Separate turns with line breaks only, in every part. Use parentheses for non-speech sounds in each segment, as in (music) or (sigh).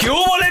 ¿Qué hubo, le,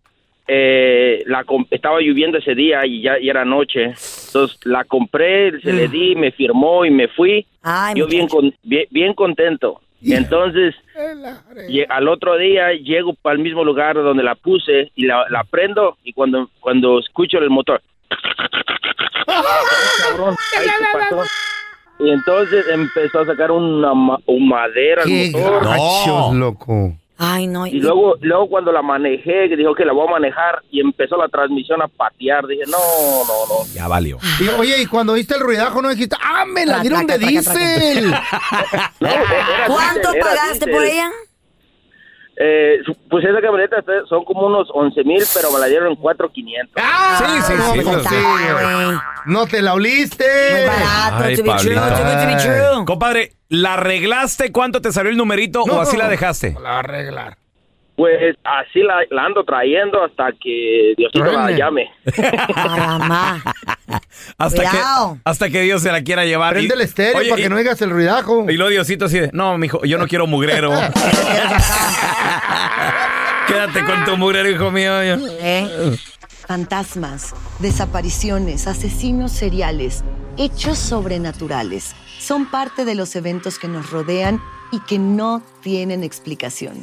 eh, la com- estaba lloviendo ese día y ya y era noche. Entonces la compré, se
Ah.
le di, me firmó y me fui.
Ay,
Yo bien, con- bien, bien contento. Entonces, lle- al otro día llego para el mismo lugar donde la puse y la, la prendo y cuando, cuando escucho el motor. Cabrón, ahí se pasó. Y entonces empezó a sacar una ma- un madera. al motor.
Gachos, loco.
Ay, no.
Y luego, luego cuando la manejé, que dijo que la voy a manejar y empezó la transmisión a patear, dije, no, no, no.
Ya valió.
Y, oye, y cuando oíste el ruidajo, no dijiste, ¡ah, me la dieron de diésel!
(laughs) ¿Cuánto pagaste por ella?
Eh, su- pues esa camioneta está- son como unos 11 mil, pero me la dieron en 4,500.
Ah,
sí,
no,
sí,
pues
pues,
sí. No te la oliste.
Muy barato,
Ay,
to be true,
Pablito.
too good to be true.
Compadre, ¿la arreglaste? ¿Cuánto te salió el numerito o así la dejaste?
La arreglar.
Pues así la, la ando trayendo hasta que Diosito la
Truene.
llame.
(laughs)
(laughs)
(laughs)
Hasta que,
Cuidado.
hasta que Dios se la quiera llevar.
Prende
Y-
el estéreo
Oye,
para
y-
que no oigas el ruidajo.
Y lo Diosito así de, no, mijo, yo no quiero
(laughs)
mugrero. Quédate con tu mugrero, hijo mío. Yo-
Fantasmas, desapariciones, asesinos seriales, hechos sobrenaturales son parte de los eventos que nos rodean y que no tienen explicación.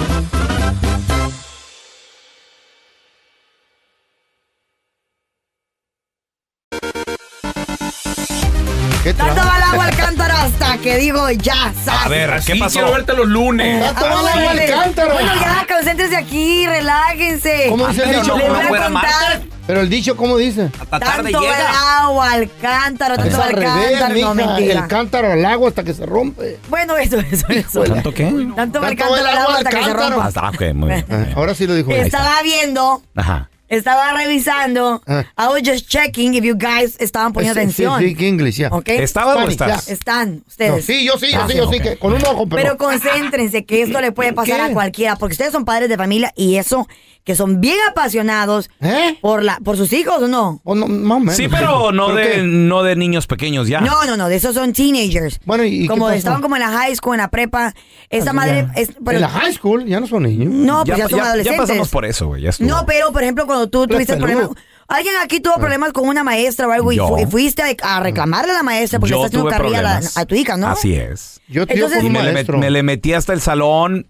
¿Qué
Tanto va el agua al cántaro hasta que digo ya, sal.
A ver, ¿qué pasó?
quiero verte los lunes.
Tanto va
Ah,
el agua al
vale.
cántaro.
Bueno, ya, concéntrese aquí, relájense.
¿Cómo dice el
Pero
dicho?
les
Como
voy a
fuera
contar
Pero el dicho, ¿cómo dice?
Tanto el agua al cántaro,
Es
tanto
al
al
revés,
cántaro,
mija,
no mentira.
el cántaro al agua hasta que se rompe.
Bueno, eso, eso, eso.
(laughs) ¿Tanto qué?
Tanto va el
Tanto va
cántaro
el
al
agua
agua
al
hasta que se
cántaro.
rompa.
Ah, ok, muy bien.
Ahora sí lo dijo.
Estaba viendo,
Ajá.
estaba revisando. I was just checking if you guys estaban poniendo
Ah. Sí, sí,
atención.
sí, que inglés, ya.
¿Ok?
Spanish, ya.
Están ustedes.
No, sí, yo sí,
Ah,
yo sí, yo sí, que con un ojo, pero.
Pero concéntrense que esto le puede pasar a cualquiera, porque ustedes son padres de familia y eso, que son bien apasionados por la, por sus hijos, ¿o no?
¿Eh? no,
Sí, pero no
¿Pero
de,
qué?
no de niños pequeños ya.
No, no, no, de esos son teenagers.
Bueno, ¿y qué
Como
pasó?
estaban como en la high school, en la prepa, esa
Ah,
madre...
ya.
es- pero-
en la high school ya no son niños.
No, pues ya, son adolescentes.
pasamos por eso, güey. Ya estuvo.
No, pero por ejemplo, cuando tú
Pero
tuviste
peludo.
problemas. Alguien aquí tuvo problemas con una maestra o algo y
Ah. Yo.
fu- y fuiste a a reclamarle a la maestra porque
Yo
estás haciendo
tuve
carrilla a, la-
problemas.
a tu hija, ¿no?
Así es.
Yo
tío Entonces- con
y
un
me, le met-
maestro.
me le metí hasta el salón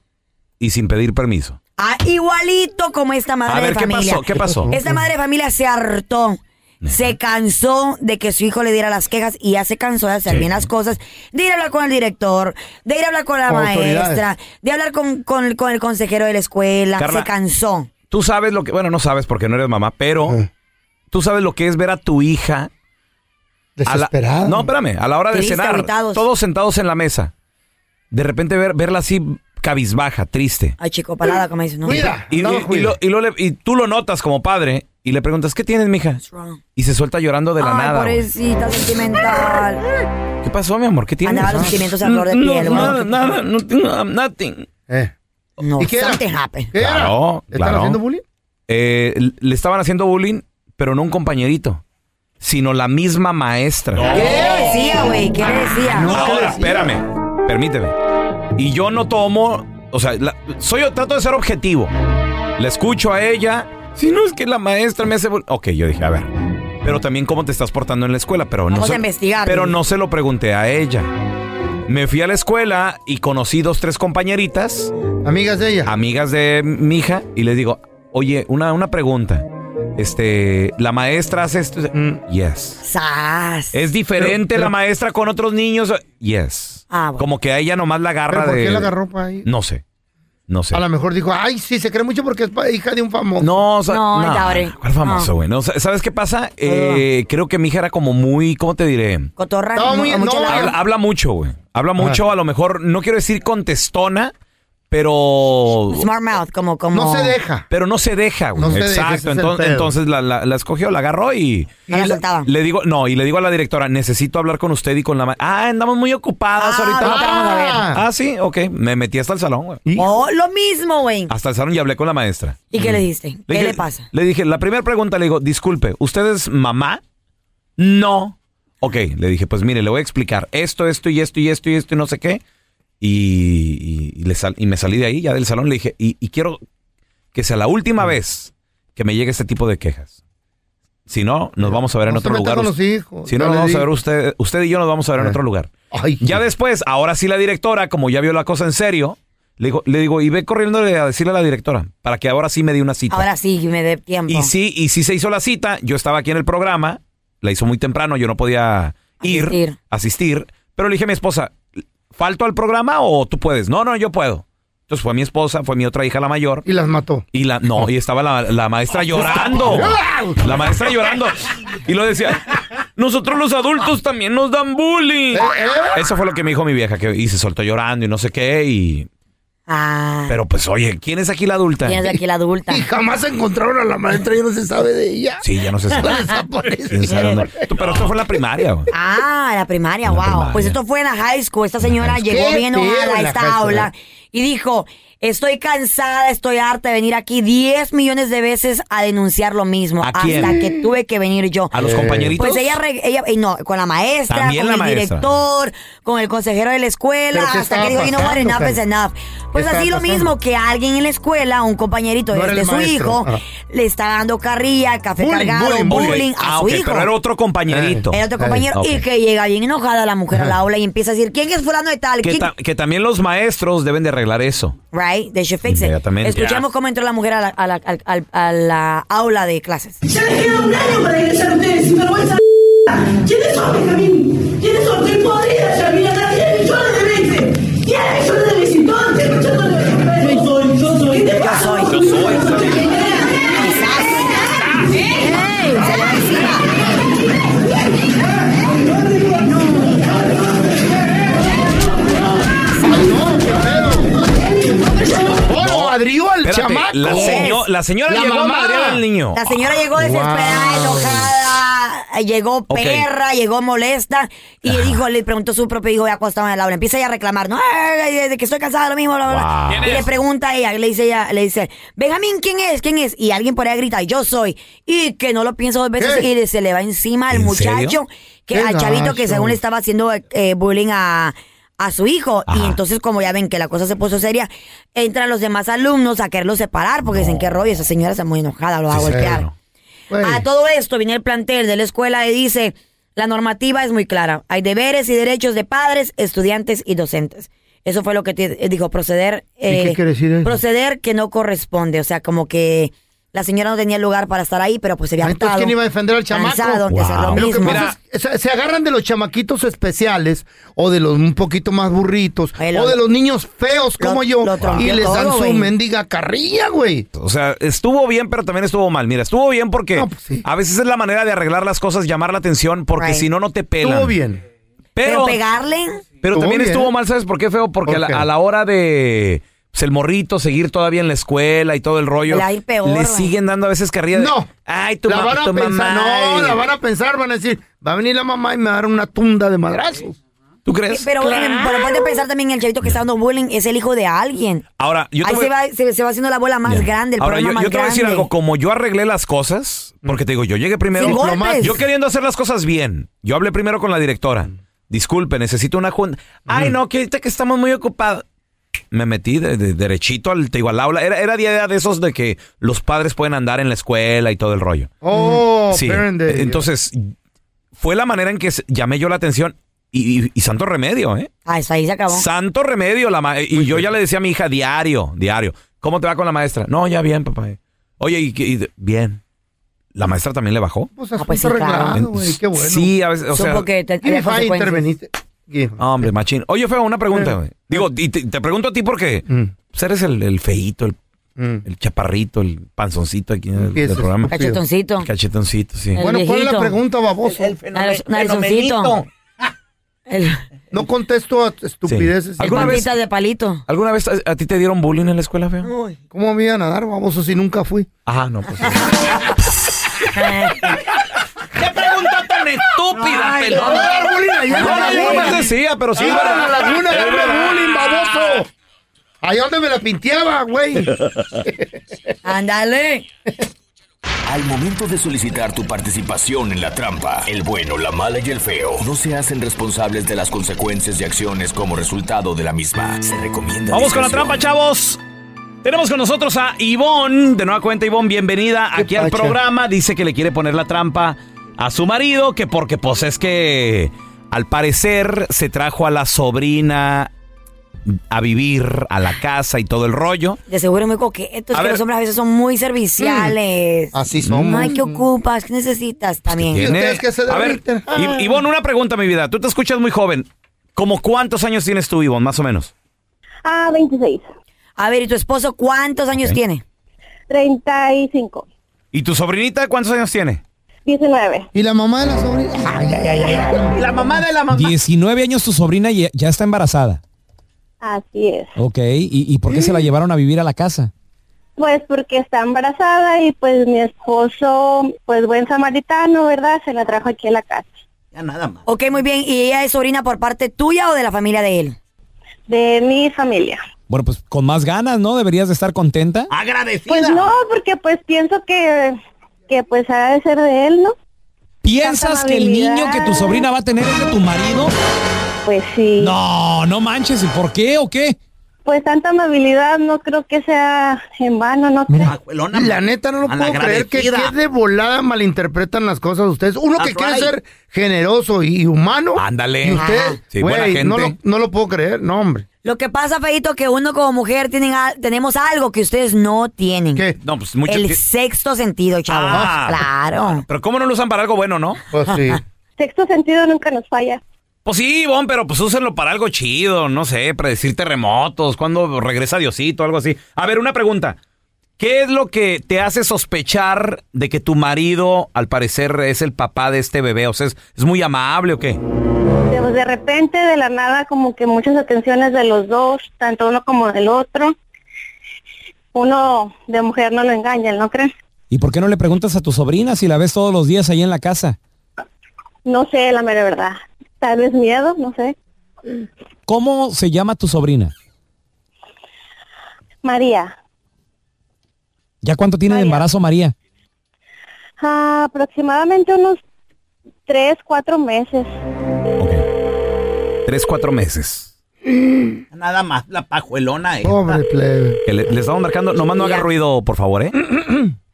y sin pedir permiso.
Ah, igualito como esta madre
A ver,
de
¿qué
familia.
pasó? ¿Qué pasó?
Esta madre de familia se hartó. Se cansó de que su hijo le diera las quejas y ya se cansó de hacer
Sí.
bien las cosas, de ir a hablar con el director, de ir a hablar con la
Con
maestra,
autoridades.
de hablar con, con el- con el consejero de la escuela.
Carla,
se cansó.
Tú sabes lo que, bueno, no sabes porque no eres mamá, pero tú sabes lo que es ver a tu hija a la-
Desesperada.
no, espérame, a la hora de
Triste,
cenar,
agüitados.
todos sentados en la mesa. De repente ver, verla así cabizbaja, triste.
Ay, chico, palada, como dicen. ¿no?
Y, y- y lo- y lo le- y tú lo notas como padre y le preguntas, "¿Qué tienes, mija?" Y se suelta llorando de la
Ay,
nada. güey.
pobrecita sentimental.
¿Qué pasó, mi amor? ¿Qué tienes?
Andaba los
Ah.
sentimientos a flor de
No,
piel, güey.
Nada, nada, no tengo um, nothing.
Eh.
No,
¿Y qué era?
something happened.
¿Qué era?
Claro,
(laughs) ¿Están
claro.
haciendo bullying?
Eh, le estaban haciendo bullying, pero no un compañerito, sino la misma maestra.
¿Qué le decía, güey? ¿Qué le decía?
Oh. Ahora, espérame, permíteme. Y yo no tomo, o sea, la- soy yo trato de ser objetivo. Le escucho a ella, si no es que la maestra me hace, bul- ok, yo dije, a ver. Pero también cómo te estás portando en la escuela, pero no
Vamos
se-
a investigar.
Pero no se lo pregunté a ella. Me fui a la escuela y conocí dos, tres compañeritas.
Amigas de ella.
Amigas de mi hija. Y les digo, oye, una, una pregunta. Este, la maestra hace esto. Mm, yes.
¡Sas!
Es diferente
Pero-
la
pero-
maestra con otros niños. Yes.
Ah, bueno.
Como que a ella nomás la agarra
¿Pero por
de.
qué la agarró para ahí?
No sé. No sé.
A lo mejor dijo, ay, sí, se cree mucho porque es pa- hija de un famoso.
No, o sea, nah, ¿Cuál famoso, güey? No, sa- ¿Sabes qué pasa? Eh, creo que mi hija era como muy, ¿cómo te diré?
Cotorra.
Estaba muy-
a mucha
no,
la-
Habla, habla mucho, güey. Habla mucho, a lo mejor, no quiero decir contestona, pero.
Smart mouth, como, como.
Pero no se deja, güey.
No se deja, ese
Exacto.
es el
Enton-
pedo. Ah.
entonces la, la- la escogió, la agarró y.
No la soltaba.
Le digo, no, y le digo a la directora, necesito hablar con usted y con la ma- Ah, andamos muy ocupadas ahorita.
no te vamos a ver.
Ah, sí, ok. Me metí hasta el salón, güey.
Oh, lo mismo, güey.
Hasta el salón y hablé con la maestra.
¿Y qué le dijiste? ¿Qué
dije-
le pasa?
Mm. Le dije, la primera pregunta le digo, disculpe, ¿usted es mamá? No. Ok, le dije, pues mire, le voy a explicar esto, esto y esto y esto y esto y no sé qué. Y, y- y le sal- y me salí de ahí, ya del salón, le dije, y, y quiero que sea la última vez que me llegue este tipo de quejas. Si no, nos vamos a ver en
No se
otro
meta
lugar.
con
Us-
los hijos,
si
ya
no, nos
le
vamos a
dije.
ver usted, usted y yo nos vamos a ver en otro lugar. ya después, ahora sí la directora, como ya vio la cosa en serio, le digo, le digo y ve corriendo a decirle a la directora para que ahora sí me dé una cita.
Ahora sí, me dé tiempo.
Y sí, y sí se hizo la cita. Yo estaba aquí en el programa, la hizo muy temprano, yo no podía ir, asistir. pero le dije a mi esposa, ¿falto al programa o tú puedes? No, no, yo puedo. Entonces fue mi esposa, fue mi otra hija, la mayor.
Y las mató.
Y la, no, y estaba la, la maestra llorando. La maestra llorando. Y lo decía, nosotros los adultos también nos dan
Eh,
bullying. Eso fue lo que me dijo mi vieja, que, y se soltó llorando y no sé qué, y...
Ah.
Pero pues oye, ¿quién es aquí la adulta?
Tienes aquí la adulta.
Y jamás encontraron a la maestra, ya no se sabe de
(laughs)
ella.
Sí, ya no se sabe.
(laughs)
¿Quién sabe dónde? Tú, Pero esto fue en la primaria, güey.
Ah, la primaria, wow. Pues esto fue en la high school. Esta señora
high school.
llegó
Qué
bien
pedo
enojada a
en la
esta
high school,
aula y dijo, estoy cansada, estoy harta de venir aquí 10 millones de veces a denunciar lo mismo. hasta
quién?
que tuve que venir yo.
¿A los compañeritos?
Pues ella, re- ella eh, no, con la maestra,
También
con
la
el
maestra.
director, con el consejero de la escuela,
¿Pero qué
hasta
estaba
que dijo, you know what,
pasando,
enough is
Carmen?
enough. Pues
¿Qué
así lo
estaba pasando?
mismo que alguien en la escuela, un compañerito
No
de,
era
de
el
su
maestro.
hijo,
Ah.
le está dando carrilla, café
Bullying,
cargado, bullying, a
Ah,
su
ok,
hijo. Eh.
pero era otro compañerito.
Era otro compañero.
Ok.
Y que llega bien enojada la mujer al aula y empieza a decir, ¿quién es fulano de tal?
Que,
¿Quién-"
ta- que también los maestros deben de arreglar eso.
Right, they should fix it.
Inmediatamente.
Escuchemos cómo entró la mujer a la, a la- al- al- a la aula de clases.
Ya le dieron un año para regresar ustedes, sinvergüenza. (laughs) ¿Quiénes son, Benjamín? ¿Quiénes son? Estoy podrida, Shamila. La 10 millones de veces. 10 millones de veces. ¿Dónde te escuchando de Yo soy, yo soy. ¿Qué te pasa? Yo soy, yo soy.
¡Oh,
La,
Yes.
seño- la señora llegó a madrear al niño.
La señora llegó
Wow.
desesperada, enojada, llegó
Ok.
perra, llegó molesta. Y le dijo, le preguntó a su propio hijo, ya cuando estaba en la hora. Empieza ella a reclamar, no, Ay, ay, de que estoy cansada de lo mismo, bla, bla, bla.
Wow. ¿Quién
Y le
es?
pregunta a ella, le dice ella, le dice, Benjamín, ¿quién es? ¿Quién es? Y alguien por ahí grita, yo soy. Y que no lo piensa dos veces
¿Qué?
y le- se le va encima al
¿En
muchacho,
serio?
que
Qué
al chavito que
gacho.
según le estaba haciendo eh, bullying a a su hijo y entonces como ya ven que la cosa se puso seria entran los demás alumnos a quererlo separar porque dicen que rollo esa señora está muy enojada lo va a golpear a todo esto viene el plantel de la escuela y dice, la normativa es muy clara. Hay deberes y derechos de padres, estudiantes y docentes. Eso fue lo que te- eh, dijo, proceder... eh,
¿Y qué quiere decir eso?
Proceder que no corresponde. O sea, como que la señora no tenía lugar para estar ahí, pero pues se había hartado.
Ah, Entonces, ¿quién iba a defender al chamaco?
cansado de hacer lo
Lo que
mismo.
pasa es que se, se agarran de los chamaquitos especiales o de los un poquito más burritos
lo-
o de los niños feos Pues como yo y
trompeó
les dan
todo,
su
güey.
mendiga carrilla, güey.
O sea, estuvo bien, pero también estuvo mal. Mira, estuvo bien porque
pues
a veces es la manera de arreglar las cosas, llamar la atención, porque
Right.
si no, no te pelan.
Estuvo bien.
Pero,
Pero,
pegarle...
pero
Estuvo
también
bien.
eh.
estuvo mal, ¿sabes por qué, feo? Porque a, la,
¿Por qué?
a la hora de pues, el morrito seguir todavía en la escuela y todo el rollo,
Le va a ir peor,
le
güey.
siguen dando a veces carrilla. de,
No.
Ay, tu,
la
ma-
van a
tu
pensar,
mamá.
No,
y-
la van a pensar, van a decir, va a venir la mamá y me va a dar una tunda de madrazos.
¿Tú crees?
Pero, pero puedes pensar también, el chavito que está dando bullying es el hijo de alguien.
Ahora, yo te
Ahí
voy-
se va, se, se va haciendo la bola más grande, el
Ahora, yo,
problema
yo
más
te voy a decir
grande.
algo. Como yo arreglé las cosas, porque te digo, yo llegué primero.
Sin golpes.
Nomás- Yo queriendo hacer las cosas bien. Yo hablé primero con la directora.
Mm.
Disculpe, necesito una junta. Ay, no, que ahorita que estamos muy ocupados. Me metí de- de- derechito al, te digo, al aula. Era, era día de esos de que los padres pueden andar en la escuela y todo el rollo.
Oh,
Sí.
parent day.
Entonces, fue la manera en que s- llamé yo la atención y, y- y santo remedio, ¿eh?
Ah, eso ahí se acabó.
Santo remedio. La ma- y yo ya le decía a mi hija diario, diario. ¿Cómo te va con la maestra? No, ya bien, papá. Oye, y, qué- y de- bien. ¿La maestra también le bajó?
Pues,
Ah, pues sí,
asunto arreglado,
claro.
güey, qué bueno.
Sí, a veces, o sea-
Supo que te-
Y
había
if I
consecuencias.
interveniste.
Hombre, machín. Oye, feo, una pregunta, güey. Digo, y te, te pregunto a ti porque
Mm.
pues eres el, el feíto, el, el chaparrito, el panzoncito aquí en el, del
Empieces,
programa.
estúpido.
Cachetoncito.
Cachetoncito, sí.
Bueno, ¿cuál es la pregunta, baboso? El,
Nariz- Narizoncito.
No contesto a pues, estupideces.
El
¿Alguna vez,
pandita de palito.
¿Alguna vez a, a ti te dieron bullying en la escuela, feo?
¿Cómo me iba a nadar, baboso, si nunca fui?
Ah, no, pues.
¡Qué pregunta tan estúpida,
pelón!
No, no, no, no decía, pero sí,
Iban
pero-
a la
Ah.
laguna a darme bullying, baboso. Ahí donde me la pinteaba, güey.
Ándale.
(laughs) Al momento de solicitar tu participación en la trampa, el bueno, la mala y el feo no se hacen responsables de las consecuencias y acciones como resultado de la misma. Se recomienda.
Vamos con la
discreción.
trampa, chavos. Tenemos con nosotros a Ivonne. De nueva cuenta, Ivonne, bienvenida aquí al
pacha?
programa. Dice que le quiere poner la trampa a su marido, que porque pues es que al parecer se trajo a la sobrina a vivir a la casa y todo el rollo.
De seguro es muy coqueto. Es
A
que
ver. Mm.
los hombres a veces son muy serviciales.
Así
somos. Pues,
Ay, ¿qué ocupas? ¿Qué necesitas también?
Tiene- a ver, I- Ivonne, una pregunta, mi vida. Tú te escuchas muy joven. ¿Cómo cuántos años tienes tú, Ivonne, más o menos?
Ah, 26. A ver, ¿y tu esposo cuántos años
Ok.
tiene? 35.
¿Y tu sobrinita cuántos años tiene?
19.
¿Y la mamá de la sobrina? Ay, ay, ay, ay.
La mamá de la mamá.
19 años tu sobrina ya, ya está embarazada.
Así es.
Ok, ¿y, y por qué se la llevaron a vivir a la casa?
Pues porque está embarazada y pues mi esposo, pues buen samaritano, ¿verdad? Se la trajo aquí a la casa.
Ya nada más. Ok, muy bien. ¿Y ella es sobrina por parte tuya o de la familia de él?
De mi familia.
Bueno, pues con más ganas, ¿no? Deberías de estar contenta.
Agradecida. Pues no, porque pues pienso que, que pues ha de ser de él, ¿no?
¿Piensas que el niño que tu sobrina va a tener es de tu marido?
Pues sí.
No, no manches. ¿Y por qué o qué?
Pues tanta amabilidad no creo que sea en vano, ¿no? crees?
La neta no lo puedo creer que,
Malagradecida.
que de volada malinterpretan las cosas ustedes. Uno que
That's
quiere
right.
ser generoso y humano.
Ándale.
Y usted,
Sí, buena
güey, no lo,
gente.
no lo puedo creer, no, hombre.
Lo que pasa, Feito, que uno como mujer tienen al- tenemos algo que ustedes no tienen. ¿Qué?
No, pues mucho
El
que-
sexto sentido, chavos.
Ah.
claro.
Pero ¿cómo no lo usan para algo bueno, no?
Pues sí.
Sexto sentido nunca nos falla.
Pues sí, Ivonne, pero pues úsenlo para algo chido, no sé, predecir terremotos, cuando regresa Diosito, algo así. A ver, una pregunta. ¿Qué es lo que te hace sospechar de que tu marido, al parecer, es el papá de este bebé? O sea, ¿es, es muy amable o qué?
De, pues, de repente, de la nada, como que muchas atenciones de los dos, tanto uno como del otro. uno de mujer no lo engañan, ¿no creen?
¿Y por qué no le preguntas a tu sobrina si la ves todos los días ahí en la casa?
No sé, la mera verdad. Tal vez miedo, no sé.
¿Cómo se llama tu sobrina?
María,
¿Ya cuánto tiene de embarazo María?
ah, aproximadamente unos tres, cuatro meses.
Tres, cuatro meses. Mm.
Nada más la pajuelona. esta.
Que le, le estamos marcando. Nomás no haga ruido, por favor, ¿eh?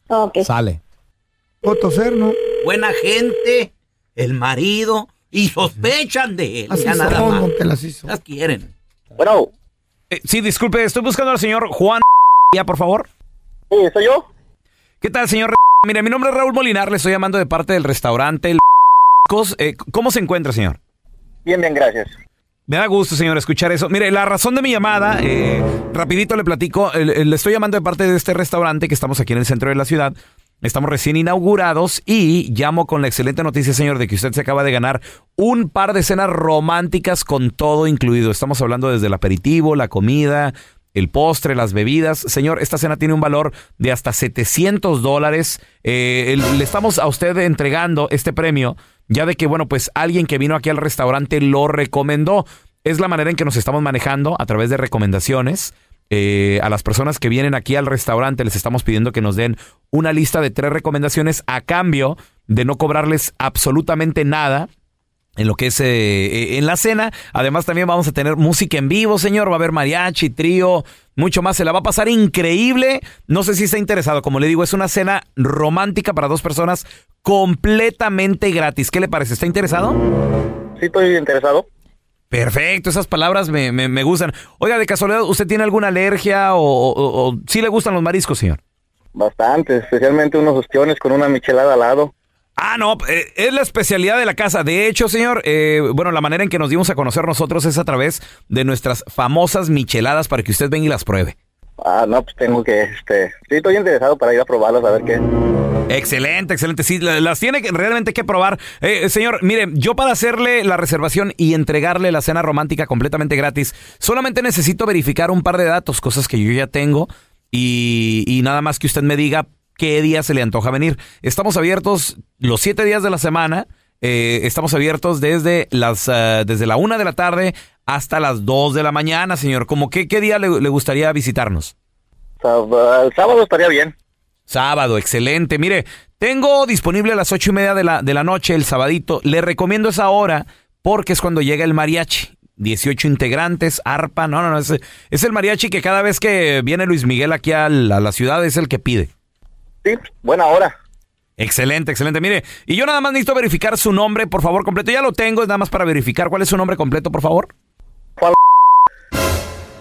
Ok.
Sale.
O toser, ¿no?
Buena gente, el marido, y sospechan de él.
Así
ya nada
son,
más.
Montela, así son.
Las quieren.
Bueno. Eh, sí, disculpe, estoy buscando al señor Juan. (laughs) Ya, por favor.
Sí, soy yo.
¿Qué tal, señor? Mire, mi nombre es Raúl Molinar, le estoy llamando de parte del restaurante El (laughs) Cos. Eh, ¿Cómo se encuentra, señor?
Bien, bien, gracias.
Me da gusto, señor, escuchar eso. Mire, la razón de mi llamada, eh, rapidito le platico, eh, le estoy llamando de parte de este restaurante que estamos aquí en el centro de la ciudad. Estamos recién inaugurados y llamo con la excelente noticia, señor, de que usted se acaba de ganar un par de cenas románticas con todo incluido. Estamos hablando desde el aperitivo, la comida, el postre, las bebidas. Señor, esta cena tiene un valor de hasta 700 dólares. Eh, el- le estamos a usted entregando este premio, ya de que, bueno, pues alguien que vino aquí al restaurante lo recomendó. Es la manera en que nos estamos manejando a través de recomendaciones. Eh, a las personas que vienen aquí al restaurante les estamos pidiendo que nos den una lista de tres recomendaciones a cambio de no cobrarles absolutamente nada en lo que es eh, eh, en la cena. Además también vamos a tener música en vivo, señor. Va a haber mariachi, trío, mucho más. Se la va a pasar increíble. No sé si está interesado. Como le digo, es una cena romántica para dos personas completamente gratis. ¿Qué le parece? ¿Está interesado?
Sí, estoy interesado.
Perfecto, esas palabras me, me- me gustan. Oiga, de casualidad, ¿usted tiene alguna alergia o, o- o- sí le gustan los mariscos, señor?
Bastante, especialmente unos ostiones con una michelada al lado.
Ah, no, eh, es la especialidad de la casa. De hecho, señor, eh, bueno, la manera en que nos dimos a conocer nosotros es a través de nuestras famosas micheladas para que usted venga y las pruebe.
Ah, no, pues tengo que, este... Sí, estoy interesado para ir a probarlas, a ver qué.
Excelente, excelente. Sí, la- las tiene que, realmente que probar. Eh, señor, mire, yo para hacerle la reservación y entregarle la cena romántica completamente gratis, solamente necesito verificar un par de datos, cosas que yo ya tengo, y, y nada más que usted me diga qué día se le antoja venir. Estamos abiertos los siete días de la semana. Eh, estamos abiertos desde las ah, desde la una de la tarde hasta las dos de la mañana, señor. ¿Cómo qué, qué día le- le gustaría visitarnos?
Sab- El sábado estaría bien.
Sábado, excelente. Mire, tengo disponible a las ocho y media de la, de la noche el sabadito. Le recomiendo esa hora porque es cuando llega el mariachi. 18 integrantes, arpa, no, no, no, es, es el mariachi que cada vez que viene Luis Miguel aquí al- a la ciudad es el que pide.
Sí, buena hora.
Excelente, excelente. Mire, y yo nada más necesito verificar su nombre, por favor, completo. Ya lo tengo, es nada más para verificar cuál es su nombre completo, por favor.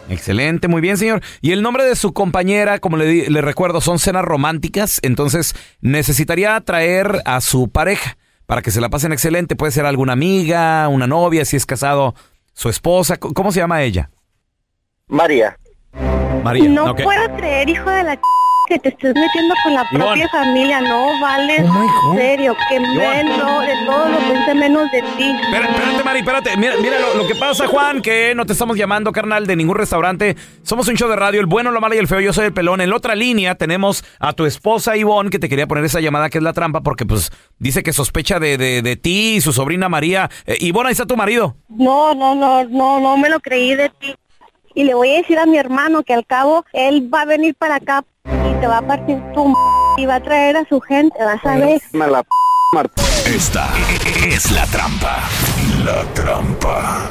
Excelente, muy bien, señor. Y el nombre de su compañera, como le, di- le recuerdo, son cenas románticas, entonces necesitaría traer a su pareja para que se la pasen excelente. Puede ser alguna amiga, una novia, si es casado, su esposa. Co- ¿Cómo se llama ella?
María.
María.
no
ok.
puedo creer, hijo de la ch- que te estés metiendo con la propia
Ivonne. Oh
familia. No vale,
God.
en serio, que menos, de todo lo pensé menos de ti.
Espera- Espérate, Mari, espérate. Mira, mira lo, lo que pasa, Juan, que no te estamos llamando, carnal, de ningún restaurante. Somos un show de radio, el bueno, lo malo y el feo. Yo soy el pelón. En la otra línea tenemos a tu esposa Ivonne, que te quería poner esa llamada que es la trampa, porque pues dice que sospecha de, de- de ti y su sobrina María. Eh, Ivonne, ahí está tu marido.
No, no, no, no, no me lo creí de ti. Y le voy a decir a mi hermano que al cabo él va a venir para acá y te va a partir tu m- y va a traer a su gente, vas a ver.
La p- Marta.
Esta es la trampa.
La trampa.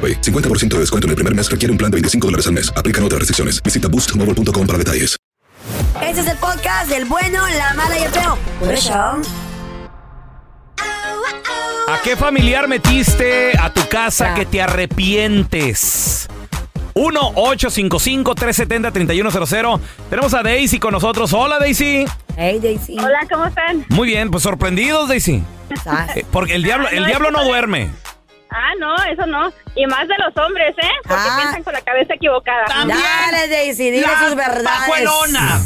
50% de descuento en el primer mes requiere un plan de 25 dólares al mes. Aplican otras restricciones. Visita boostmobile.com para detalles.
Este es el podcast del bueno, la mala y el feo. Por eso.
¿A qué familiar metiste a tu casa que te arrepientes? 1-855-370-3100. Tenemos a Daisy con nosotros. Hola, Daisy.
Hey, Daisy.
Hola, ¿cómo están?
Muy bien, pues sorprendidos, Daisy.
Ah.
Eh, Porque el diablo,
Ah,
el
no,
diablo
es que
no
todavía-
duerme.
Ah, no, eso no. Y más de los hombres, ¿eh? Porque piensan con la cabeza equivocada.
Ah. Dale, Daisy, dile
Las
sus verdades.
pajuelona.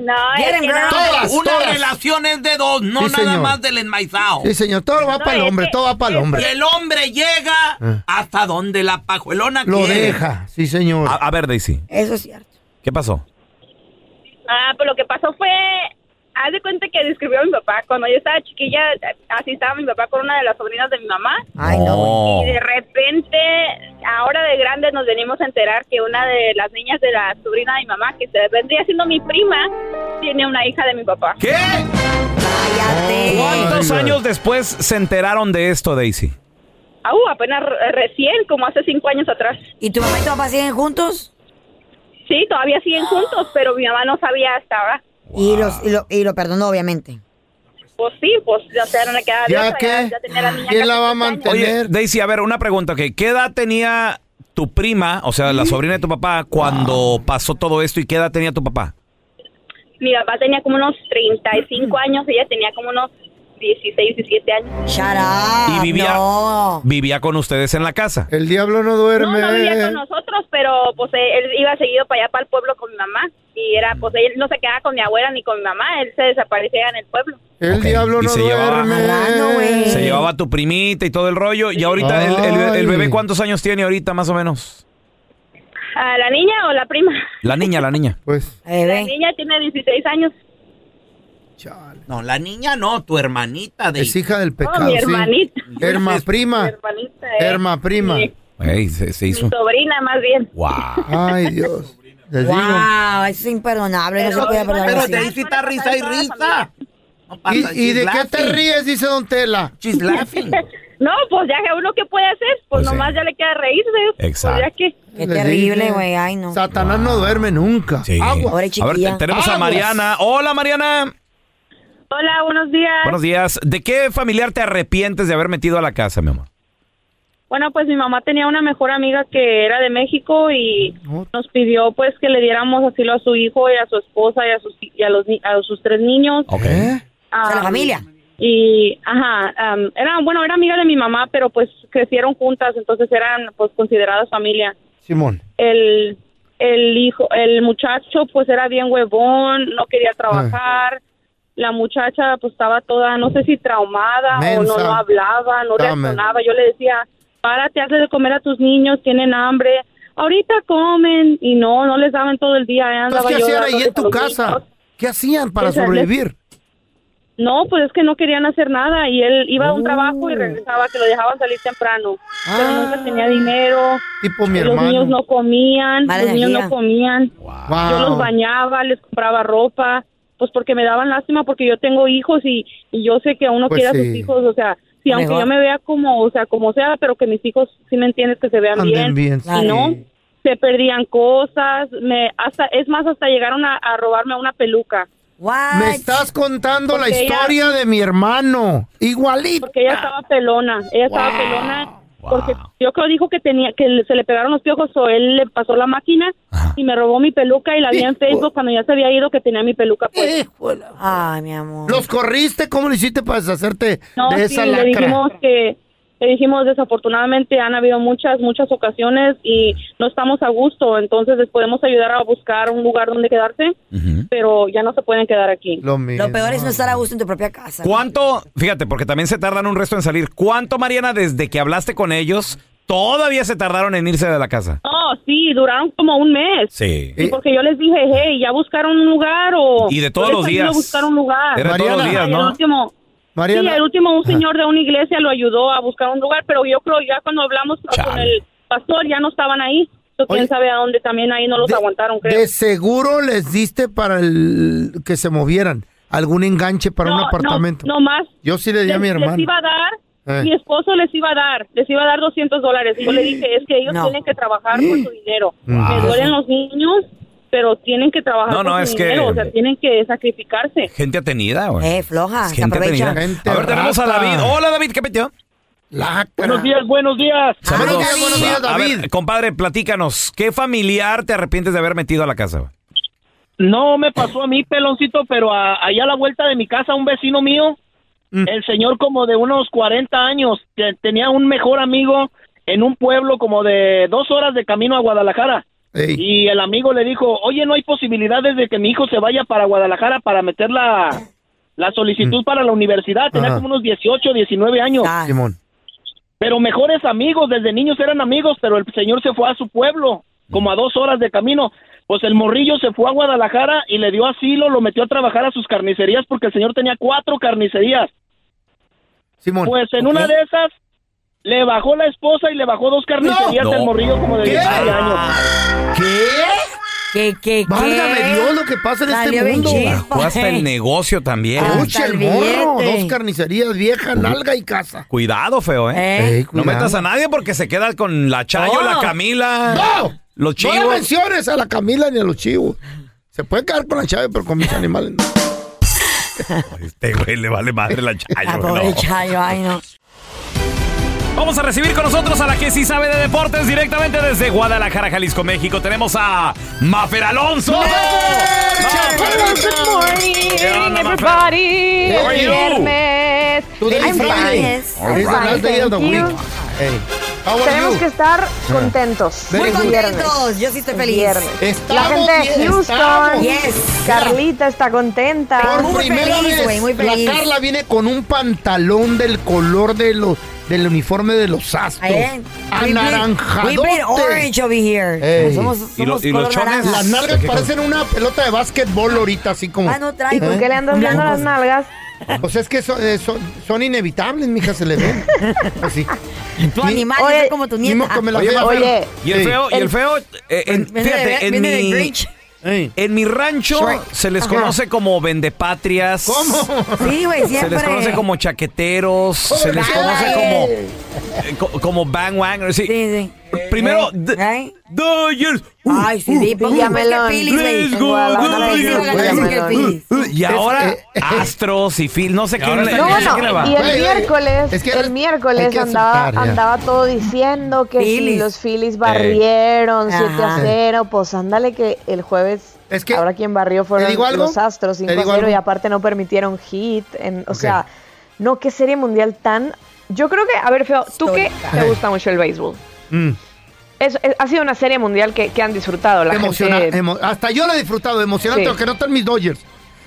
No, es
Get
que
him,
no.
girl. Todas,
Una
todas.
relación es de dos, no
Sí,
nada
señor.
más del enmaizado.
Sí, señor, todo va para el hombre, todo va para el
Y
hombre. Ah.
el hombre llega hasta donde la pajuelona
Lo
quiere.
deja, sí, señor.
A, a ver, Daisy,
Eso es cierto.
¿qué pasó?
Ah, pues lo que pasó fue, haz de cuenta que describió a mi papá. Cuando yo estaba chiquilla, así estaba mi papá con una de las sobrinas de mi mamá. Y de repente, ahora de grandes nos venimos a enterar que una de las niñas de la sobrina de mi mamá, que se vendría siendo mi prima, tiene una hija de mi papá.
¿Qué? ¿Cuántos años después se enteraron de esto, Daisy?
Ah, uh, apenas re- recién, como hace cinco años atrás.
¿Y tu mamá y tu papá siguen juntos?
Sí, todavía siguen juntos, pero mi mamá no sabía hasta ahora.
Y, los, y, lo, y lo perdonó, obviamente.
Pues sí, pues ya se no le quedaba de
¿Ya
otra,
qué?
ya tenía la niña
¿Quién
casi
la va a
tres años.
Oye, Daisy, a ver, una pregunta, que ¿qué edad tenía tu prima, o sea, la sobrina de tu papá, cuando
Ah.
pasó todo esto y qué edad tenía tu papá?
Mi papá tenía como unos 35 años, ella tenía como unos 16, 17 años.
y vivía, vivía con ustedes en la casa.
El diablo no duerme.
No vivía con nosotros, pero pues eh, él iba seguido para allá, para el pueblo con mi mamá. Y era, pues él no se quedaba con mi abuela ni con mi mamá, él se desaparecía en el pueblo.
El diablo
Y
no
se
duerme.
llevaba, se llevaba a tu primita y todo el rollo. Y ahorita, el, el- el bebé cuántos años tiene ahorita, más o menos?
¿A la niña o la prima?
La niña, la niña.
Pues.
La niña tiene 16 años.
No, la niña no, tu hermanita de
Es hija del pecado.
mi
sí.
hermanita. (laughs)
Herma prima.
Hermanita, eh, (laughs)
Herma prima.
mi-
se,
mi sobrina, más bien.
Wow.
Ay, Dios. Les digo.
Wow, eso es imperdonable, no se puede perdonar.
pero
así.
Daisy está risa y risa.
¿Y, y de qué te ríes? Dice Don Tela.
No, pues ya que uno que puede hacer, pues, nomás
eh.
ya le queda reírse. pues,
Exacto.
ya que...
Qué
Les
terrible,
dije.
güey, ay no.
Satanás no duerme nunca. Agua.
Eh, A ver, te- tenemos a
Aguas.
Mariana. Hola, Mariana.
Hola, buenos días.
Buenos días. ¿De qué familiar te arrepientes de haber metido a la casa, mi amor?
Bueno, pues mi mamá tenía una mejor amiga que era de México y nos pidió pues que le diéramos asilo a su hijo y a su esposa y a sus y a los ni- a sus tres niños. Ah,
¿Eh? O sea, la familia.
Y ajá, am, era bueno, era amiga de mi mamá, pero pues crecieron juntas, entonces eran pues consideradas familia.
Simón.
El el hijo, el muchacho pues era bien huevón, no
Ah.
quería trabajar. La muchacha pues estaba toda, no sé si traumada o no,
Mensa.
no hablaba, no
Dame.
reaccionaba. Yo le decía, párate, hazle de comer a tus niños, tienen hambre. Ahorita comen y no, no les daban todo el día. eh,
Entonces,
andaba
¿qué
yo
hacían ahí
dándoles
en
a
tu
los niños.
casa? ¿Qué hacían para
Pues, les-
sobrevivir?
No, pues es que no querían hacer nada y él iba a un trabajo y regresaba, que lo dejaban salir temprano. Pero nunca tenía dinero.
Tipo mi
Los niños
hermano.
no comían,
Mala
los niños
energía.
no comían. Yo
Wow.
los bañaba, les compraba ropa, pues porque me daban lástima porque yo tengo hijos y, y yo sé que uno
Pues
quiere a sus
sí.
hijos, o sea, si aunque
Mejor.
yo me vea como, o sea, como sea, pero que mis hijos, si me entiendes, que se vean
Anden bien,
bien y
sí.
no se perdían cosas, me hasta es más hasta llegaron a, a robarme una peluca.
Me estás contando la
Porque ella-
historia de mi hermano. Igualito.
Porque ella estaba pelona, ella estaba pelona porque yo creo dijo que tenía que le- se le pegaron los piojos o él le pasó la máquina y me robó mi peluca y la vi en Facebook cuando ya se había ido que tenía mi peluca puesta.
Ay, mi amor.
¿Los corriste? ¿Cómo lo hiciste para deshacerte
No,
de
sí,
esa
le
lacra?
dijimos que Le dijimos, desafortunadamente han habido muchas, muchas ocasiones y no estamos a gusto, entonces les podemos ayudar a buscar un lugar donde quedarse, pero ya no se pueden quedar aquí.
Lo mismo.
Lo peor es no estar a gusto en tu propia casa.
¿Cuánto? Fíjate, porque también se tardan un resto en salir. ¿Cuánto, Mariana, desde que hablaste con ellos, todavía se tardaron en irse de la casa? Eh,
No, sí, duraron como un mes.
Sí.
Y porque yo les dije, hey, ya buscaron un lugar o...
Y de todos
yo les
los
ayudo
días.
a buscar un lugar.
Era de todos los días,
El
¿no?
último-
Mariana.
Sí, el último un señor de una iglesia lo ayudó a buscar un lugar, pero yo creo ya cuando hablamos con el pastor ya no estaban ahí. Entonces, quién sabe a dónde también ahí no los aguantaron, creo.
De seguro les diste para el que se movieran algún enganche para un
No,
apartamento.
No, no más.
Yo sí le di a mi hermano.
Les iba a dar,
Eh.
mi esposo les iba a dar, les iba a dar 200 dólares. Y yo le dije, es que ellos
No.
tienen que trabajar por su dinero.
Mm. Wow.
Me duelen los niños, pero tienen que trabajar
No,
por
no,
su
es que-
dinero. O sea, tienen que sacrificarse.
Gente atenida, güey.
Eh, floja,
Es gente atenida. a ver, tenemos a David. Hola, David, ¿qué metió?
Buenos días, buenos días.
Saludos.
buenos días,
A ver, compadre, platícanos. ¿Qué familiar te arrepientes de haber metido a la casa? güey?
No me pasó a mí, peloncito, pero a- allá a la vuelta de mi casa, un vecino mío, el señor como de unos 40 años, que tenía un mejor amigo en un pueblo como de dos horas de camino a Guadalajara. Y el amigo le dijo, oye, no hay posibilidades de que mi hijo se vaya para Guadalajara para meter la, la solicitud para la universidad. Tenía
Ajá.
como unos 18, 19 años.
Ah. Simón.
Pero mejores amigos, desde niños eran amigos, pero el señor se fue a su pueblo, como a dos horas de camino. Pues el morrillo se fue a Guadalajara y le dio asilo, lo metió a trabajar a sus carnicerías porque el señor tenía cuatro carnicerías.
Simón.
Pues en una de esas le bajó la esposa y le bajó dos carnicerías
No.
al morrillo como de
¿Qué?
16 años.
¿Qué?
¿Qué, qué,
Válgame Dios lo que pasa en
Salió
este
bien
mundo.
Bajó hasta el negocio también.
Pucha, el morro, dos carnicerías, vieja, nalga y casa.
Cuidado, feo, ¿eh?
Eh. Ey,
No
cuidado.
metas a nadie porque se queda con la Chayo,
No.
la Camila,
¡No!
los chivos.
No le menciones a la Camila ni a los chivos. Se puede quedar con la chave, pero con (laughs) mis animales no.
Este güey le vale madre
(laughs)
la Chayo. güey, no.
ay, no.
Vamos a recibir con nosotros a la que sí sabe de deportes directamente desde Guadalajara, Jalisco, México. Tenemos a Mafer Alonso.
Good morning, everybody.
How are you?
Viernes.
Today
I'm
is Friday.
fine.
It is the
I'm
last
fine,
day of the
thank you.
week. Hey, how are
Tenemos
you?
que estar contentos.
Very
Es
good.
Contentos, yo sí estoy feliz.
Viernes. La
Estamos
gente de
bien,
Houston.
estamos. Yes.
Carlita está contenta.
Por primera vez, la Carla viene con un pantalón del color de lo- del uniforme de los astros.
eh.
Anaranjadote.
We played orange over here.
Ey.
Somos,
¿Y lo-
somos
y los
color
chones?
naranja.
Las nalgas parecen una pelota de básquetbol ahorita, así como.
Ah, no traigo. ¿Y con
¿Eh?
qué le andas dando las
nalgas?
Pues es que son, eh, son, son inevitables, mija, se le
(laughs)
ven. Pues sí.
Tu animal
Oye,
es como tu
ni
nieta.
modo que me la
Oye,
vea.
Mafer,
Oye,
y el
sí.
feo, y el feo, eh, en-
Viene de-
fíjate, en
viene de
mi,
Grinch.
en mi rancho
Shrek.
se les
Ajá.
conoce como vendepatrias.
¿Cómo? Sí, güey,
Se
siempre.
les conoce como chaqueteros, se les conoce como eh, co- como bang wang, sí. Primero, d- Dodgers.
Ay, sí, di, pues,
Villamelón.
que Phillies, güey.
Let's go, Guadalajara,
Sí,
Phillies.
Guadalajara, que
Guadalajara.
Phillies.
Y ahora
eh,
Astros y Phil, no sé qué le,
No,
no sé qué le
no,
va.
y el miércoles,
es que
el miércoles
hay que
andaba,
aceptar, ya.
andaba todo diciendo que si
Phillies.
los Phillies barrieron
Ey.
7 a
Ajá.
0, pues ándale que el jueves ahora quien barrió fueron
digo algo?
los Astros
¿Te
5 a
digo
0 y
algo?
aparte no permitieron hit, en, o sea, no, qué serie mundial tan... Yo creo que, a ver, Feo, tú que te
Ey.
gusta mucho el béisbol,
Mm.
es, es- ha sido una serie mundial que, que han disfrutado la
Emociona-
gente.
emo- hasta yo lo he disfrutado, emocionante,
Sí.
aunque no están mis Dodgers.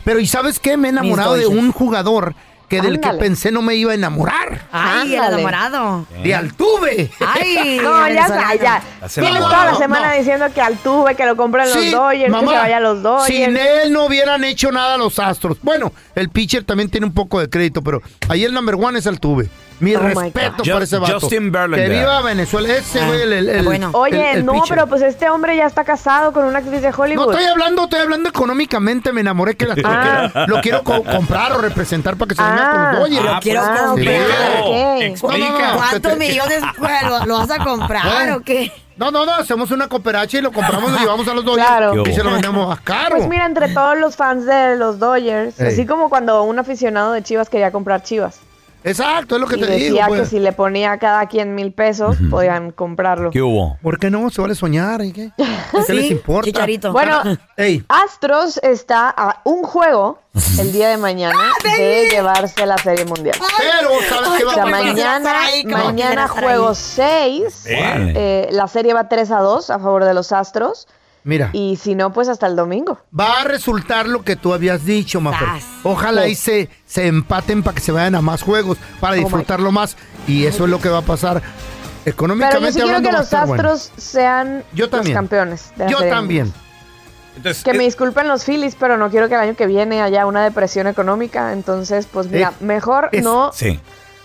Pero ¿y sabes qué? Me he enamorado de
Dodgers.
un jugador que del que
Ándale.
pensé no me iba a enamorar.
Ay, el Ándale. enamorado. Ah,
De Altuve.
(laughs) no, ya, sa- ya.
Hace
Tienes
mamá.
toda la
No,
semana diciendo que Altuve, que lo compren los
Sí,
Dodgers,
mamá,
que se vaya a los Dodgers.
Sin él no hubieran hecho nada los Astros. Bueno, el pitcher también tiene un poco de crédito, pero ahí el number one es Altuve. Mi
Oh my Ah.
respeto
God.
para ese vato.
Justin
Que
Verlander.
viva Venezuela. Ese güey, el, el- el-
Oye,
el- el
no,
pitcher.
pero pues este hombre ya está casado con una actriz de Hollywood.
No estoy hablando, estoy hablando económicamente. Me enamoré que la
Ah.
lo quiero co- comprar o representar para que se venga con los Dodgers.
Lo quiero
Ah, pues, Sí.
comprar.
No, no, no.
¿Cuántos millones güey, lo, lo vas a comprar
Bueno.
o qué?
No, no, no, hacemos una cooperacha y lo compramos, lo llevamos a los Dodgers
Claro.
y se lo vendemos más caro.
Pues mira, entre todos los fans de los Dodgers,
Ey.
así como cuando un aficionado de Chivas quería comprar Chivas.
Exacto, es lo que
y
te
decía
digo.
que
pues.
si le ponía a cada quien mil pesos, podían comprarlo.
hubo? ¿Por qué no? Se vale soñar. ¿y qué? ¿Qué les importa? (laughs)
Bueno,
Ey,
Astros está a un juego el día
(laughs)
de mañana de llevarse a la Serie Mundial.
¡Ah, Pero, ¿sabes qué va
O
a
sea,
pasar?
mañana,
Ahí, ¿cómo quisiera
mañana
estar
juego
ahí?
6.
Órale.
la serie va 3 a 2 a favor de los Astros.
mira.
Y si no, pues hasta el domingo.
Va a resultar lo que tú habías dicho, Mafer.
Sas.
Ojalá
Sí.
ahí se, se empaten para que se vayan a más juegos, para
Oh, my-
disfrutarlo más. Y eso es lo que va a pasar. Económicamente
Pero yo sí quiero
hablando,
que
va a
los
estar bueno.
Astros sean
Yo
los
también.
campeones. de la
Yo
Serie
también.
Mundial. Que me disculpen los Phillies, pero no quiero que el año que viene haya una depresión económica. Entonces, pues mira,
Es-
mejor
es-
no,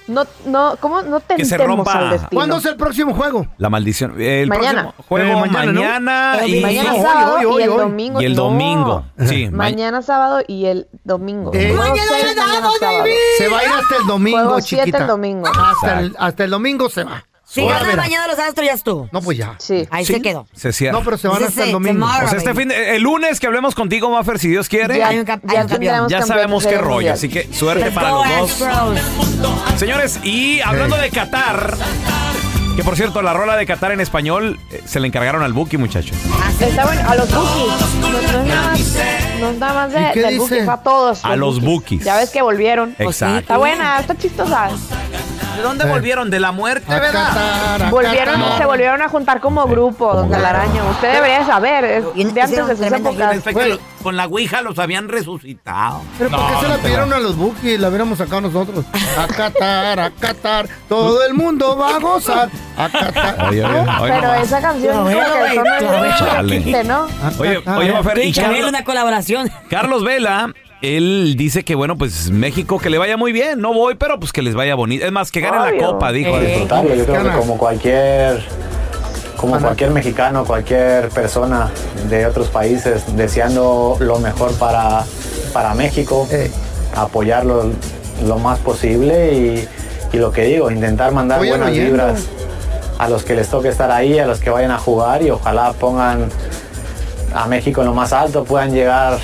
no, no, ¿cómo no
Que se
tentemos
rompa.
al destino?
¿Cuándo es el próximo juego?
La maldición. El
Mañana.
próximo juego
Eh,
mañana,
mañana, ¿no? Eh,
y,
mañana
Hoy,
sábado
hoy,
y
hoy,
el
hoy.
domingo.
Y el
No.
domingo. Sí, ma-
Mañana sábado y el domingo.
Eh.
Juego
Mañana
seis, mañana sábado.
Se va a ir hasta el domingo,
Juego siete
chiquita.
el domingo.
Hasta el, hasta el domingo se va.
Si
Ya
ganan
verás.
mañana los astros, ya estuvo.
No, pues ya.
Sí.
Ahí se quedó.
Se cierra.
No, pero se van
Sí,
hasta el
sí,
domingo.
tomorrow.
O sea, este fin de- el lunes que hablemos contigo, Maffer, si Dios quiere.
Ya hay un cap- hay un campeón.
ya
campeón
sabemos
de
qué
serie
rollo,
mundial.
así que suerte
Let's
para
go,
los dos.
Astros.
Señores, y hablando de Qatar, que por cierto, la rola de Qatar en español eh, se le encargaron al Buki, muchachos.
Está bueno, a los bookies. No, no es nada más, no es nada más de,
¿Y qué dice?
del Buki, fue a todos.
A los Bukis.
Ya ves que volvieron.
Pues sí. Exacto.
Está buena, está chistosa.
¿De dónde volvieron? ¿De la muerte, verdad?
Volvieron, se volvieron a juntar como grupo, don Telaraño. Usted debería saber, es de antes de sus épocas.
Pensé que los- Con la Ouija los habían resucitado.
¿Pero por qué se la pidieron a los bookies? La hubiéramos sacado nosotros. A Qatar, a Qatar. Todo el mundo va a gozar. A (laughs) Qatar.
Oye, oye, oye,
Pero
nomás.
esa canción
Lo
como
veo,
que
güey,
son
lo veo.
Chale.
¿no?
Oye, oye, Mafer, y
Que
Carlos-
haga una colaboración.
Carlos Vela, él dice que, bueno, pues México que le vaya muy bien. No voy, pero pues que les vaya bonito. Es más, que gane
Obvio.
la copa, dijo.
Para disfrutarlo, yo creo que como cualquier, como cualquier mexicano, cualquier persona de otros países, deseando lo mejor para, para México,
Eh.
apoyarlo lo más posible y, y lo que digo, intentar mandar
Oye,
buenas
oyendo.
vibras a los que les toque estar ahí, a los que vayan a jugar y ojalá pongan a México en lo más alto, puedan llegar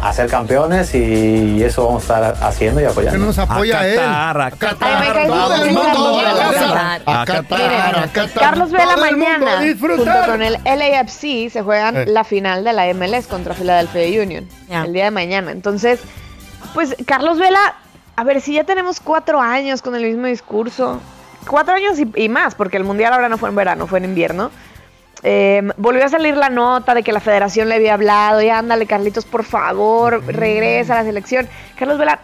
a ser campeones y eso vamos a estar haciendo y apoyando.
Que nos apoya él.
Qatar,
a Qatar.
Ay, me cae
Todo el
bien,
mundo va a
Carlos.
gozar. A Qatar, a Qatar.
Carlos Vela
Todo el mundo
mañana,
a
junto
disfrutar.
con el LAFC, se juegan
Eh.
la final de la MLS contra Philadelphia Union el día de mañana. Entonces, pues Carlos Vela, a ver si ya tenemos cuatro años con el mismo discurso. Cuatro años y, y más, porque el Mundial ahora no fue en verano, fue en invierno. Eh, volvió a salir la nota de que la federación le había hablado, y ándale Carlitos, por favor, regresa a la selección. Carlos Vela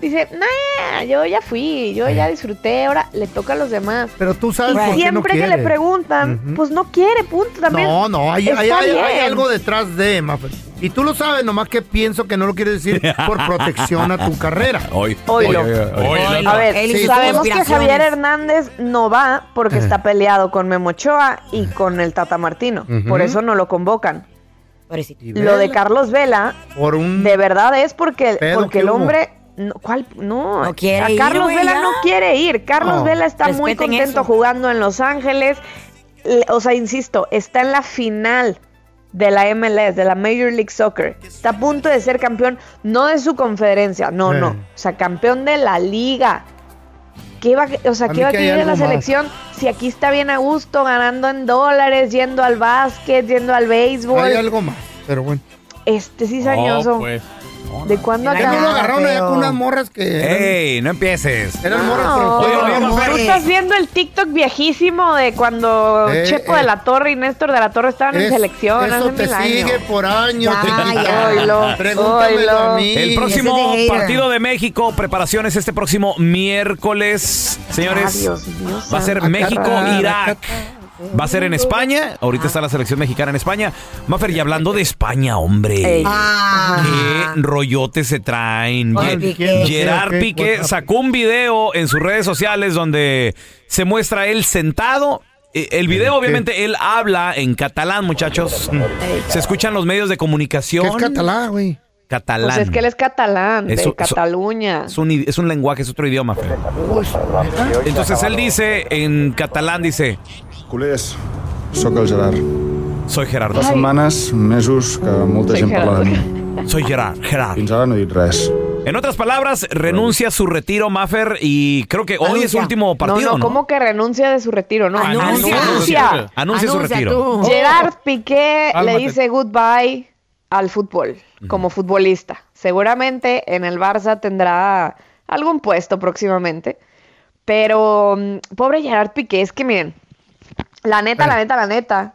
dice, nah, yo ya fui, yo ya disfruté, ahora le toca a los demás.
Pero tú sabes
Y
por qué no
siempre que le
quiere.
preguntan,
Ujú.
pues no quiere, punto. También
No, no, hay, hay-
está
hay- hay
bien.
algo detrás de Mafer. Y tú lo sabes, nomás que pienso que no lo quieres decir por protección a tu carrera.
Hoy.
Oilo. A ver,
Sí, Eh.
sabemos
sus
que
aspiraciones.
Javier Hernández no va porque está peleado con Memo Ochoa y con el Tata Martino.
Eh. Ujú.
Por eso no lo convocan.
Y
Lo de
vela.
Carlos Vela,
Por
Mm.
un...
de verdad es porque,
Pedo
porque
que
el
hubo.
hombre... No, ¿Cuál? No,
quiere
a
ir,
Carlos
güey,
Vela
ya.
no quiere ir. Carlos
No.
Vela está muy
Respeten
contento
eso.
jugando en Los Ángeles. Le- O sea, insisto, está en la final de la MLS, de la Major League Soccer. Está a punto de ser campeón, no de su conferencia, no,
Eh.
no. O sea, campeón de la liga. ¿Qué va, a- o sea,
A
¿qué
mí
va a
que hay
querer de la
algo más.
selección si aquí está bien a gusto, ganando en dólares, yendo al básquet, yendo al béisbol?
Hay algo más, pero bueno.
Este cizañoso.
Oh, pues.
¿De cuándo
Ya no lo
acá?
agarraron allá con unas morras
Eh.
que...
¡Ey! No empieces.
Eh, Eran morras
No,
por el
no,
pueblo.
tú estás viendo el TikTok viejísimo de cuando
Eh,
Chepo
eh.
de la Torre y Néstor de la Torre estaban en
Es-
selección
Eso
hace
te
mil años.
sigue por años.
Ya,
chiquita.
ya. Oilo,
Pregúntamelo
oilo.
a mí.
El próximo partido de México, preparaciones este próximo miércoles,
Ah,
señores.
Dios mío,
Va a ser
santo.
México-Irak. Va a ser en España. Ahorita está la selección mexicana en España. Mafer, y hablando de España, hombre.
Ey. Ah.
Qué rollote se traen.
Oye,
Ye-
Piqué.
Gerard
¿Qué, qué,
Piqué
qué?
sacó un video en sus redes sociales donde se muestra él sentado. Eh, El video, obviamente, él habla en catalán, muchachos. Se escuchan los medios de comunicación.
Es catalán, güey.
Catalán.
Pues es que él es catalán,
Eso-
de
eso-
Cataluña.
Es un, i- es un lenguaje, es otro idioma. Fer. Entonces él dice en catalán, dice...
Culers, sóc el Gerard.
Soy Gerard.
Fa setmanes, mesos, que molta
Soy
gent parla de
Gerard.
mi.
Soy Gerard, Gerard.
Fins ara no he dit res.
En otras palabras, renuncia a su retiro, Maffer, y creo que hoy es su último partido,
No, no,
¿no?
¿cómo que renuncia de su retiro? No,
Anuncia.
anuncia.
Anuncia su retiro. Oh.
tú. Gerard Piqué
Cálmate.
le dice goodbye al fútbol, como futbolista. Seguramente en el Barça tendrá algún puesto próximamente. Pero, mm, pobre Gerard Piqué, es que miren, la neta, la neta, la neta.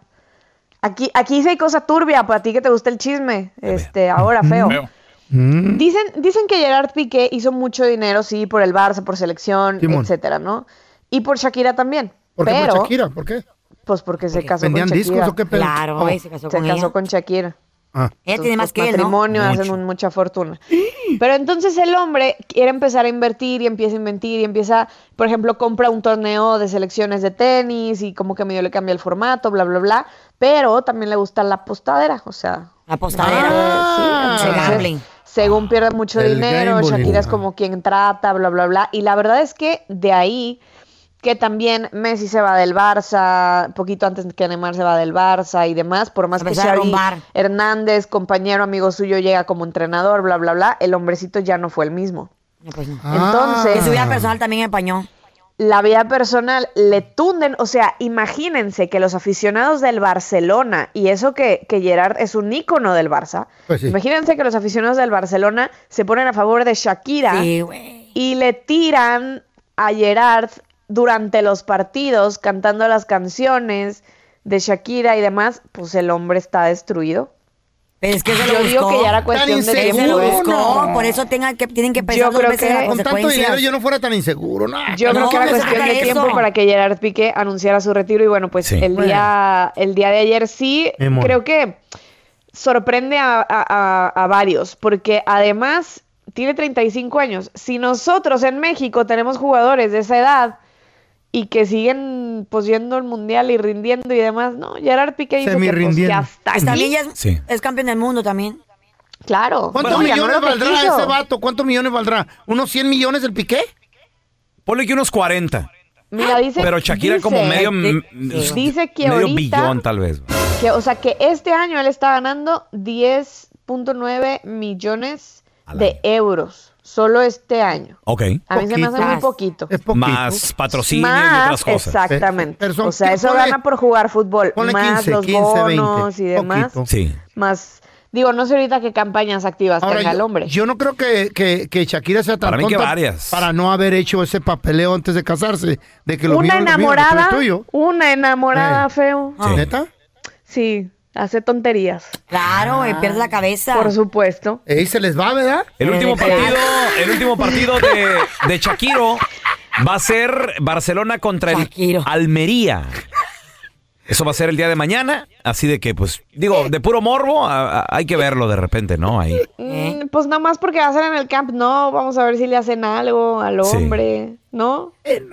Aquí, aquí sí hay cosa turbia para ti que te gusta el chisme. Este, ahora feo.
Mm.
Mm.
Dicen, dicen que Gerard Piqué hizo mucho dinero, sí, por el Barça, por selección,
Simón.
etcétera, ¿no? Y por Shakira también.
¿Por qué por
pero,
Shakira? ¿Por qué?
Pues porque se casó con
¿Vendían
Shakira.
discos o qué pedo? Claro,
Oh.
y se casó con ella.
con Shakira.
Ah.
Ella
tiene más que él, ¿no?
matrimonio, hacen un- mucha fortuna. Pero entonces el hombre quiere empezar a invertir y empieza a invertir y empieza, por ejemplo, compra un torneo de selecciones de tenis y como que medio le cambia el formato, bla, bla, bla. Pero también le gusta la postadera, o sea. Ah,
La postadera.
sí,
el
entonces,
gambling.
según pierde mucho
El
dinero,
gambling.
Shakira es como quien trata, bla, bla, bla. Y la verdad es que de ahí que también Messi se va del Barça, poquito antes que Neymar se va del Barça y demás, por más que
Empezar a
Xavi
rumbar.
Hernández, compañero, amigo suyo, llega como entrenador, bla, bla, bla, el hombrecito ya no fue el mismo.
No, pues no.
Ah.
Entonces-
Y su vida personal también empañó.
La vida personal le tunden, o sea, imagínense que los aficionados del Barcelona, y eso que, que Gerard es un ícono del Barça,
Pues sí.
imagínense que los aficionados del Barcelona se ponen a favor de Shakira
Sí,
y le tiran a Gerard durante los partidos cantando las canciones de Shakira y demás, pues el hombre está destruido.
Pero es que se lo
Yo digo
buscó.
que ya era cuestión de
Que se lo buscó, por eso tengan que, tienen que pensar dos veces en las
con tanto
consecuencias.
dinero yo no fuera tan inseguro. no.
Yo creo que era
no se
cuestión
trata
de
de
tiempo
eso.
para que Gerard Piqué anunciara su retiro y bueno, pues
Sí.
el
Bueno.
día el día de ayer sí
Mi amor.
creo que sorprende a, a- a- a varios porque además tiene 35 años. Si nosotros en México tenemos jugadores de esa edad y que siguen pues yendo al mundial y rindiendo y demás, no, Gerard Piqué dice que, pues, que
Semirrindiendo.
hasta
Pues también
aquí.
ya es- Sí.
Es campeón del mundo también.
Claro.
¿Cuántos
Bueno, ganó
millones
lo que
valdrá
quiso.
ese vato? ¿Cuántos millones valdrá? ¿Unos 100 millones el piqué?
Ponle que unos 40.
Ah,
Mira, dice
Pero Shakira como
dice-
medio... m-
dice que
medio
ahorita
billón, tal vez.
Que, o sea, que este año él está ganando 10.9 millones de euros. Solo este año.
Ok.
A mí se me hace muy poquito.
Más patrocinio y
Más,
otras cosas.
Exactamente. o sea,
¿qué?
eso
Ponle-
gana por jugar fútbol.
Ponle
Más
15,
los
15, 20,
bonos y demás.
poquito.
Sí.
Más, digo, no sé ahorita qué campañas activas
Ahora,
tenga el
yo-
hombre.
Yo no creo que, que- que Shakira sea tan
Para mí que
tonta
varias.
para no haber hecho ese papeleo antes de casarse. De que lo
una
mío es lo mío, lo tuyo es
enamorada,
tuyo.
una enamorada, feo.
Ah, ¿Neta?
Sí, hace tonterías. Ah.
Claro, me pierde la cabeza.
Por supuesto.
Ey, se les va, ¿verdad?
El último
Claro.
partido, el último partido de, de Shakiro va a ser Barcelona contra el Almería. Eso va a ser el día de mañana, así de que, pues, digo, de puro morbo, a- a- hay que verlo de repente, ¿no? Ahí.
Eh.
Mm, Pues nada más porque va a ser en el camp, no, vamos a ver si le hacen algo al
Sí.
hombre, ¿no?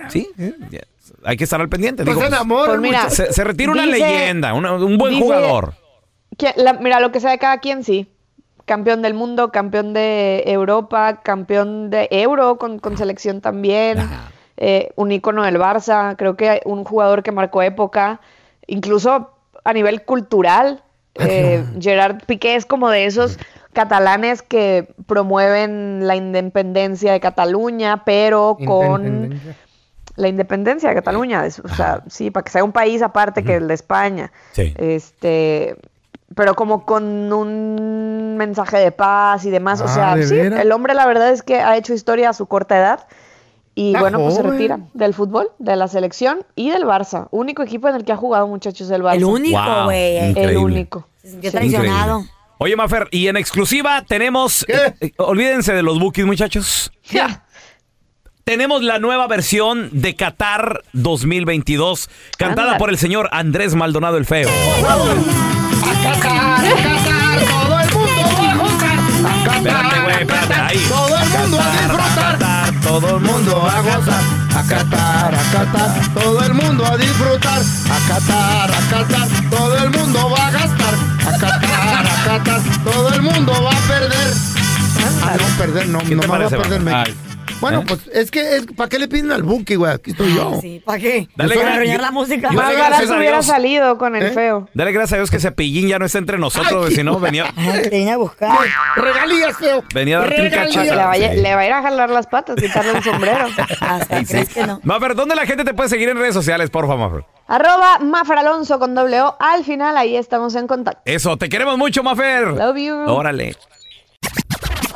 Sí, ya, hay que estar al pendiente.
Pues
digo,
se enamoran, Pues mira,
se, se retira una
dice-
leyenda, una- un buen
dice-
jugador.
Que la- mira, lo que sea de cada quien, sí. Campeón del mundo, campeón de Europa, campeón de Euro con, con selección también, eh, un ícono del Barça, creo que un jugador que marcó época, incluso a nivel cultural. eh, Gerard Piqué es como de esos catalanes que promueven la independencia de Cataluña, pero con la independencia de Cataluña, es- o sea, sí, para que sea un país aparte que el de España.
Sí.
Este, pero como con un mensaje de paz y demás, o
Ah,
sea,
¿de
sí,
veras?
el hombre la verdad es que ha hecho historia a su corta edad y
Está
bueno, pues se
joven.
retira del fútbol, de la selección y del Barça, único equipo en el que ha jugado muchachos del Barça.
El único, Wow, güey. increíble.
el único. Sí.
Increíble. Oye, Mafer, y en exclusiva tenemos. eh, olvídense de los bookies, muchachos. Tenemos la nueva versión de Qatar 2022, cantada
Ándale.
por el señor Andrés Maldonado el Feo.
Catar, Catar, todo el mundo va a juntar. A
Espérate, güey, espérate, ahí.
todo el mundo a disfrutar.
todo el
mundo a gozar. A Catar, a Catar, todo el mundo a disfrutar. A Catar, a Catar, todo el mundo va a gastar. A Catar, a Catar, todo el mundo va a perder. Ah, no, perder, no,
¿Qué
no
te
va a
parece, ¿Eh?
perder
Mafer?
México. Bueno, pues es que, es, ¿para qué le piden al Buki, güey? Aquí estoy yo.
Sí, ¿para qué?
Dale,
Para
gra-
arruinar
yo-
la música.
yo- Dale gracias a
hubiera
Dios.
salido con el feo.
Dale gracias a Dios que Cepillín ya no está entre nosotros, si
(laughs)
no venía,
Ay, Te vine a buscar.
Regalías, feo.
venía a darte un
Le
cachazo.
vaya- le va a ir a jalar las patas, quitarle un sombrero.
Mafer, ¿dónde la gente te puede seguir en redes sociales, por favor, Mafer?
Arroba Mafra Alonso con doble O. Al final ahí estamos en contacto.
Eso, te queremos mucho, Mafer.
Love you.
Órale.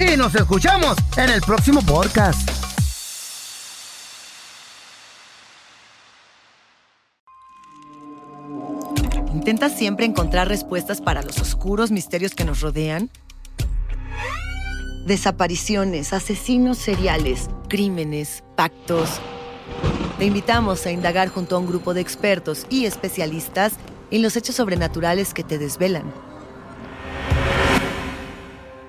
Y nos escuchamos en el próximo podcast.
¿Intentas siempre encontrar respuestas para los oscuros misterios que nos rodean? Desapariciones, asesinos seriales, crímenes, pactos. Te invitamos a indagar junto a un grupo de expertos y especialistas en los hechos sobrenaturales que te desvelan.